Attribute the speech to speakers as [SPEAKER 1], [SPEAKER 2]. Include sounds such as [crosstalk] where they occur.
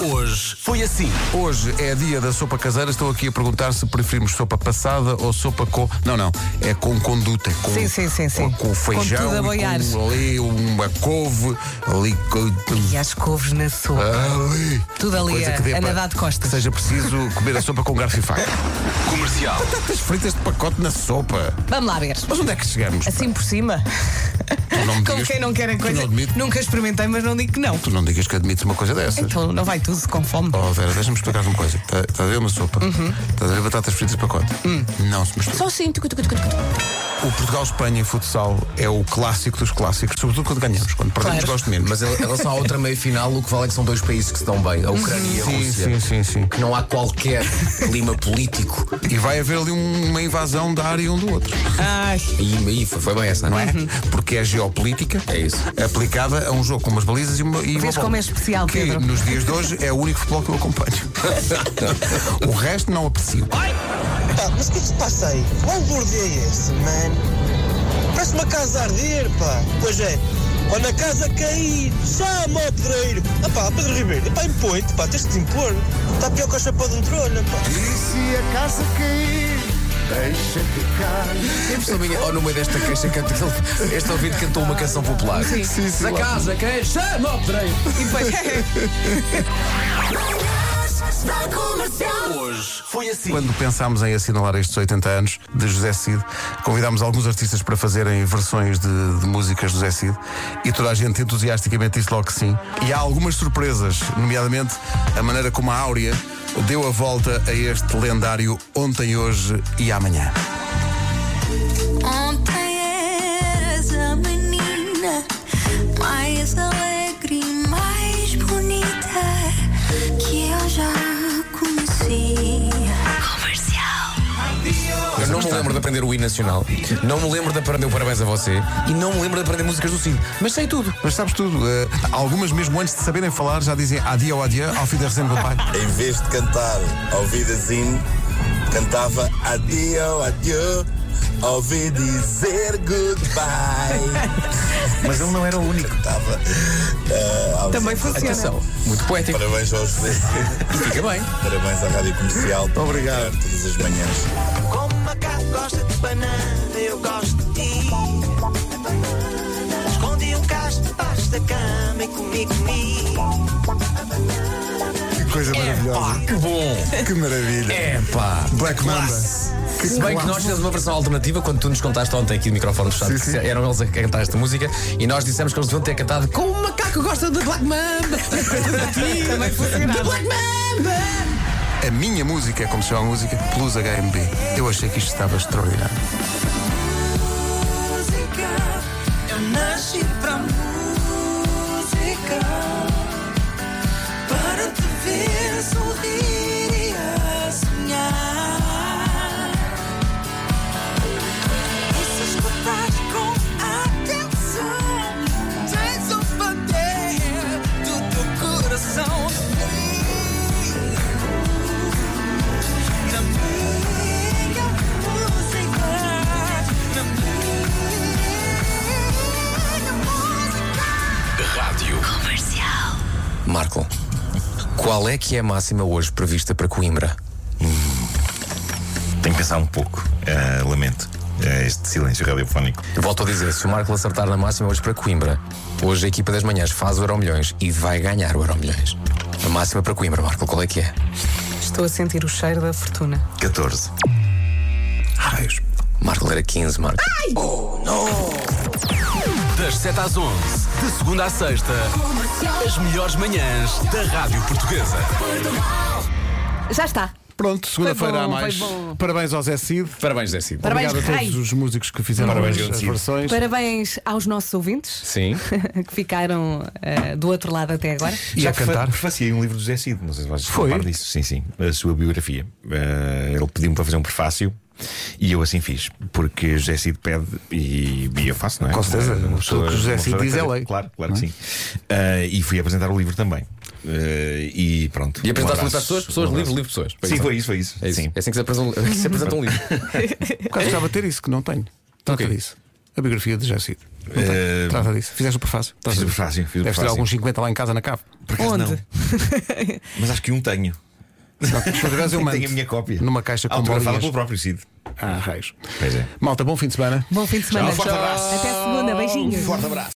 [SPEAKER 1] Hoje foi assim.
[SPEAKER 2] Hoje é dia da sopa caseira. Estou aqui a perguntar se preferimos sopa passada ou sopa com. Não, não. É com conduta. Com,
[SPEAKER 3] Sim, sim, sim, sim.
[SPEAKER 2] Com feijão.
[SPEAKER 3] Com tudo a boiar.
[SPEAKER 2] e com ali uma couve. Ali. com-
[SPEAKER 3] E as couves na sopa.
[SPEAKER 2] ali.
[SPEAKER 3] Tudo ali
[SPEAKER 2] Coisa
[SPEAKER 3] a-
[SPEAKER 2] que dê
[SPEAKER 3] a
[SPEAKER 2] para-
[SPEAKER 3] nadar de costas.
[SPEAKER 2] que Seja preciso comer a sopa com garfo e faca.
[SPEAKER 1] Comercial.
[SPEAKER 2] Tantas fritas de pacote na sopa.
[SPEAKER 3] Vamos lá ver.
[SPEAKER 2] Mas onde é que chegamos?
[SPEAKER 3] Assim por cima.
[SPEAKER 2] não me
[SPEAKER 3] [laughs] Como
[SPEAKER 2] digas-
[SPEAKER 3] quem não quer a
[SPEAKER 2] tu
[SPEAKER 3] coisa.
[SPEAKER 2] não admites?
[SPEAKER 3] Nunca experimentei, mas não digo que não.
[SPEAKER 2] Tu não digas que admites uma coisa dessas.
[SPEAKER 3] Então não vai tudo com fome.
[SPEAKER 2] Oh Vera, deixa-me explicar uma coisa. Está a ver uma sopa? Está a ver batatas fritas de pacote? Não se mistura.
[SPEAKER 3] Uhum. Hum. Só assim. tucu, tucu, tucu, tucu.
[SPEAKER 2] O Portugal-Espanha em futsal é o clássico dos clássicos, sobretudo quando ganhamos. Quando perdemos,
[SPEAKER 3] Claro.
[SPEAKER 2] gosto menos.
[SPEAKER 4] Mas é um em relação à outra meia final, o que vale é que são dois países que se dão bem, a Ucrânia e a
[SPEAKER 2] sim, sim,
[SPEAKER 4] Rússia.
[SPEAKER 2] sim, sim.
[SPEAKER 4] Que não há qualquer clima político.
[SPEAKER 2] E vai haver ali um- uma invasão da área um do outro,
[SPEAKER 3] Ai,
[SPEAKER 4] E, e foi, foi bem essa,
[SPEAKER 2] não é?
[SPEAKER 3] Uhum.
[SPEAKER 2] Porque é geopolítica
[SPEAKER 4] É isso.
[SPEAKER 2] aplicada a um jogo com umas balizas e uma. E uma
[SPEAKER 3] Vês
[SPEAKER 2] bola.
[SPEAKER 3] como é especial,
[SPEAKER 2] que
[SPEAKER 3] Pedro?
[SPEAKER 2] Nos dias de hoje é o único futebol que eu
[SPEAKER 3] [laughs]
[SPEAKER 2] acompanho. o resto não aprecio.
[SPEAKER 5] Pá, mas o que é que se passa aí? Qual gordo é esse, mano? Parece uma casa a arder, pá. Pois é. Quando a casa cair, chama o pedreiro. Ah pá, Pedro Ribeiro, pá, impõe-te, pá, tens de te impor. Está pior que a chapa de um trolho, pá.
[SPEAKER 4] Impressão minha, ou no meio desta queixa, canta, este ouvinte cantou uma canção popular. Sim, sim, sim. Na casa, quem chama o pedreiro.
[SPEAKER 3] e depois.
[SPEAKER 1] Hoje foi assim.
[SPEAKER 2] Quando pensámos em assinalar estes 80 anos de José Cid, convidámos alguns artistas para fazerem versões de, de músicas de José Cid e toda a gente entusiasticamente disse logo que sim. E há algumas surpresas, nomeadamente a maneira como a Áurea deu a volta a este lendário ontem, hoje e amanhã.
[SPEAKER 6] Ontem eras a menina mais alegre e mais bonita que eu já conhecia. Comercial.
[SPEAKER 4] Eu não me lembro de aprender o hino nacional, não me lembro de aprender o parabéns a você e não me lembro de aprender músicas do Cid, mas sei tudo.
[SPEAKER 2] Mas sabes tudo, eh, algumas mesmo antes de saberem falar já dizem adia ou adia, ao fim da resenha, papai.
[SPEAKER 7] em vez de cantar ao vidazinho, cantava adio, adio, ouvi dizer goodbye.
[SPEAKER 4] Mas ele não era o único.
[SPEAKER 7] Cantava. ah, ao
[SPEAKER 3] Também
[SPEAKER 7] vidazinho.
[SPEAKER 3] funciona.
[SPEAKER 4] Atenção, Então, muito poético.
[SPEAKER 7] Parabéns aos
[SPEAKER 4] E fica bem.
[SPEAKER 7] Parabéns à Rádio Comercial. Obrigado. Todas as manhãs.
[SPEAKER 5] Como macaco gosta de banana, eu gosto de ti. Escondi um cacho debaixo da cama e comi, comi.
[SPEAKER 2] Que coisa maravilhosa,
[SPEAKER 4] Ah, Que bom.
[SPEAKER 2] que maravilha.
[SPEAKER 4] É pá.
[SPEAKER 2] Black Mamba.
[SPEAKER 4] Se bem que nós fizemos uma versão alternativa quando tu nos contaste ontem aqui de microfone fechado
[SPEAKER 2] Sim,
[SPEAKER 4] que
[SPEAKER 2] sim.
[SPEAKER 4] eram eles a cantar esta música e nós dissemos que eles deviam ter cantado como um macaco gosta de Black Mamba. Também funcionava. Black Mamba.
[SPEAKER 2] A minha música é como se chama a música Plus HMB. Eu achei que isto estava extraordinário.
[SPEAKER 6] Música, eu nasci pra música, para te ver sorrir e a sonhar. E se escutares com atenção, tens o poder do teu coração. Na minha música, na minha música.
[SPEAKER 1] Rádio.
[SPEAKER 6] Comercial.
[SPEAKER 4] Marco, qual é que é a máxima hoje prevista para Coimbra?
[SPEAKER 8] Tenho que pensar um pouco. eh, lamento eh, este silêncio radiofónico.
[SPEAKER 4] Volto a dizer, se o Marco acertar na máxima hoje para Coimbra, hoje a equipa das manhãs faz o Euro Milhões e vai ganhar o Euro Milhões. A máxima para Coimbra, Marco, qual é que é?
[SPEAKER 3] Estou a sentir o cheiro da fortuna.
[SPEAKER 8] 14.
[SPEAKER 4] Raios. Marco era 15, Marco.
[SPEAKER 1] Das 7 às 11, de segunda à sexta, as melhores manhãs da Rádio Portuguesa.
[SPEAKER 3] Já está.
[SPEAKER 2] Pronto, segunda-feira
[SPEAKER 3] Foi
[SPEAKER 2] há
[SPEAKER 3] bom,
[SPEAKER 2] mais.
[SPEAKER 3] foi bom.
[SPEAKER 2] Parabéns ao Zé Cid.
[SPEAKER 4] Parabéns, Zé Cid.
[SPEAKER 3] Parabéns,
[SPEAKER 2] Obrigado a
[SPEAKER 3] Rei.
[SPEAKER 2] todos os músicos que fizeram
[SPEAKER 8] Parabéns,
[SPEAKER 2] as,
[SPEAKER 8] Zé
[SPEAKER 2] as
[SPEAKER 8] Cid.
[SPEAKER 2] versões.
[SPEAKER 3] Parabéns aos nossos ouvintes
[SPEAKER 4] Sim.
[SPEAKER 3] [laughs] que ficaram eh, do outro lado até agora.
[SPEAKER 2] E a
[SPEAKER 8] é que
[SPEAKER 2] cantar.
[SPEAKER 8] fa- Prefaciei um livro do Zé Cid, não sei se vocês
[SPEAKER 2] Foi?
[SPEAKER 8] estão a par disso. Sim, sim. A sua biografia. Eh, ele pediu-me para fazer um prefácio. E eu assim fiz, porque José Cid pede e, e eu faço, não é?
[SPEAKER 2] Com certeza.
[SPEAKER 8] Uma
[SPEAKER 2] Tudo
[SPEAKER 8] pessoa-
[SPEAKER 2] que José
[SPEAKER 8] uma
[SPEAKER 2] Cid
[SPEAKER 8] pessoa
[SPEAKER 2] diz é
[SPEAKER 8] deve-
[SPEAKER 2] lei.
[SPEAKER 8] Claro, claro que sim. Eh, e fui apresentar o livro também. Eh, e pronto.
[SPEAKER 4] E apresentaste
[SPEAKER 8] Um
[SPEAKER 4] muito às
[SPEAKER 8] abraço.
[SPEAKER 4] pessoas, pessoas,
[SPEAKER 8] Um
[SPEAKER 4] livro,
[SPEAKER 8] abraço.
[SPEAKER 4] livro, pessoas.
[SPEAKER 8] Sim, foi isso, foi isso.
[SPEAKER 4] É, isso. [laughs]
[SPEAKER 8] Sim.
[SPEAKER 4] é assim que se apresenta, um- que se apresenta um livro.
[SPEAKER 2] Por acaso gostava de ter isso, que não tenho. Não
[SPEAKER 4] Ok.
[SPEAKER 2] ter isso. a biografia de Jacid.
[SPEAKER 4] É
[SPEAKER 2] Não tem.
[SPEAKER 8] Eh,
[SPEAKER 2] Trata disso. Fizeste o prefácio? Trata
[SPEAKER 8] Fiz o
[SPEAKER 2] disso.
[SPEAKER 8] prefácio, fiz o
[SPEAKER 2] Deves ter
[SPEAKER 8] prefácio.
[SPEAKER 2] alguns 50 lá em casa na cave.
[SPEAKER 8] Por acaso
[SPEAKER 3] Onde?
[SPEAKER 8] não, mas acho que um tenho.
[SPEAKER 2] Por acaso eu mando.
[SPEAKER 8] [laughs] tenho a minha cópia.
[SPEAKER 2] Numa caixa com
[SPEAKER 8] Autografada
[SPEAKER 2] bolinhas.
[SPEAKER 8] pelo próprio Cid.
[SPEAKER 2] Ah, raios.
[SPEAKER 8] Pois é.
[SPEAKER 2] Malta, bom fim de semana.
[SPEAKER 3] [laughs] Bom fim de semana.
[SPEAKER 8] Tchau, Um forte abraço. Um
[SPEAKER 3] Até segunda. Beijinhos.
[SPEAKER 8] Forte abraço.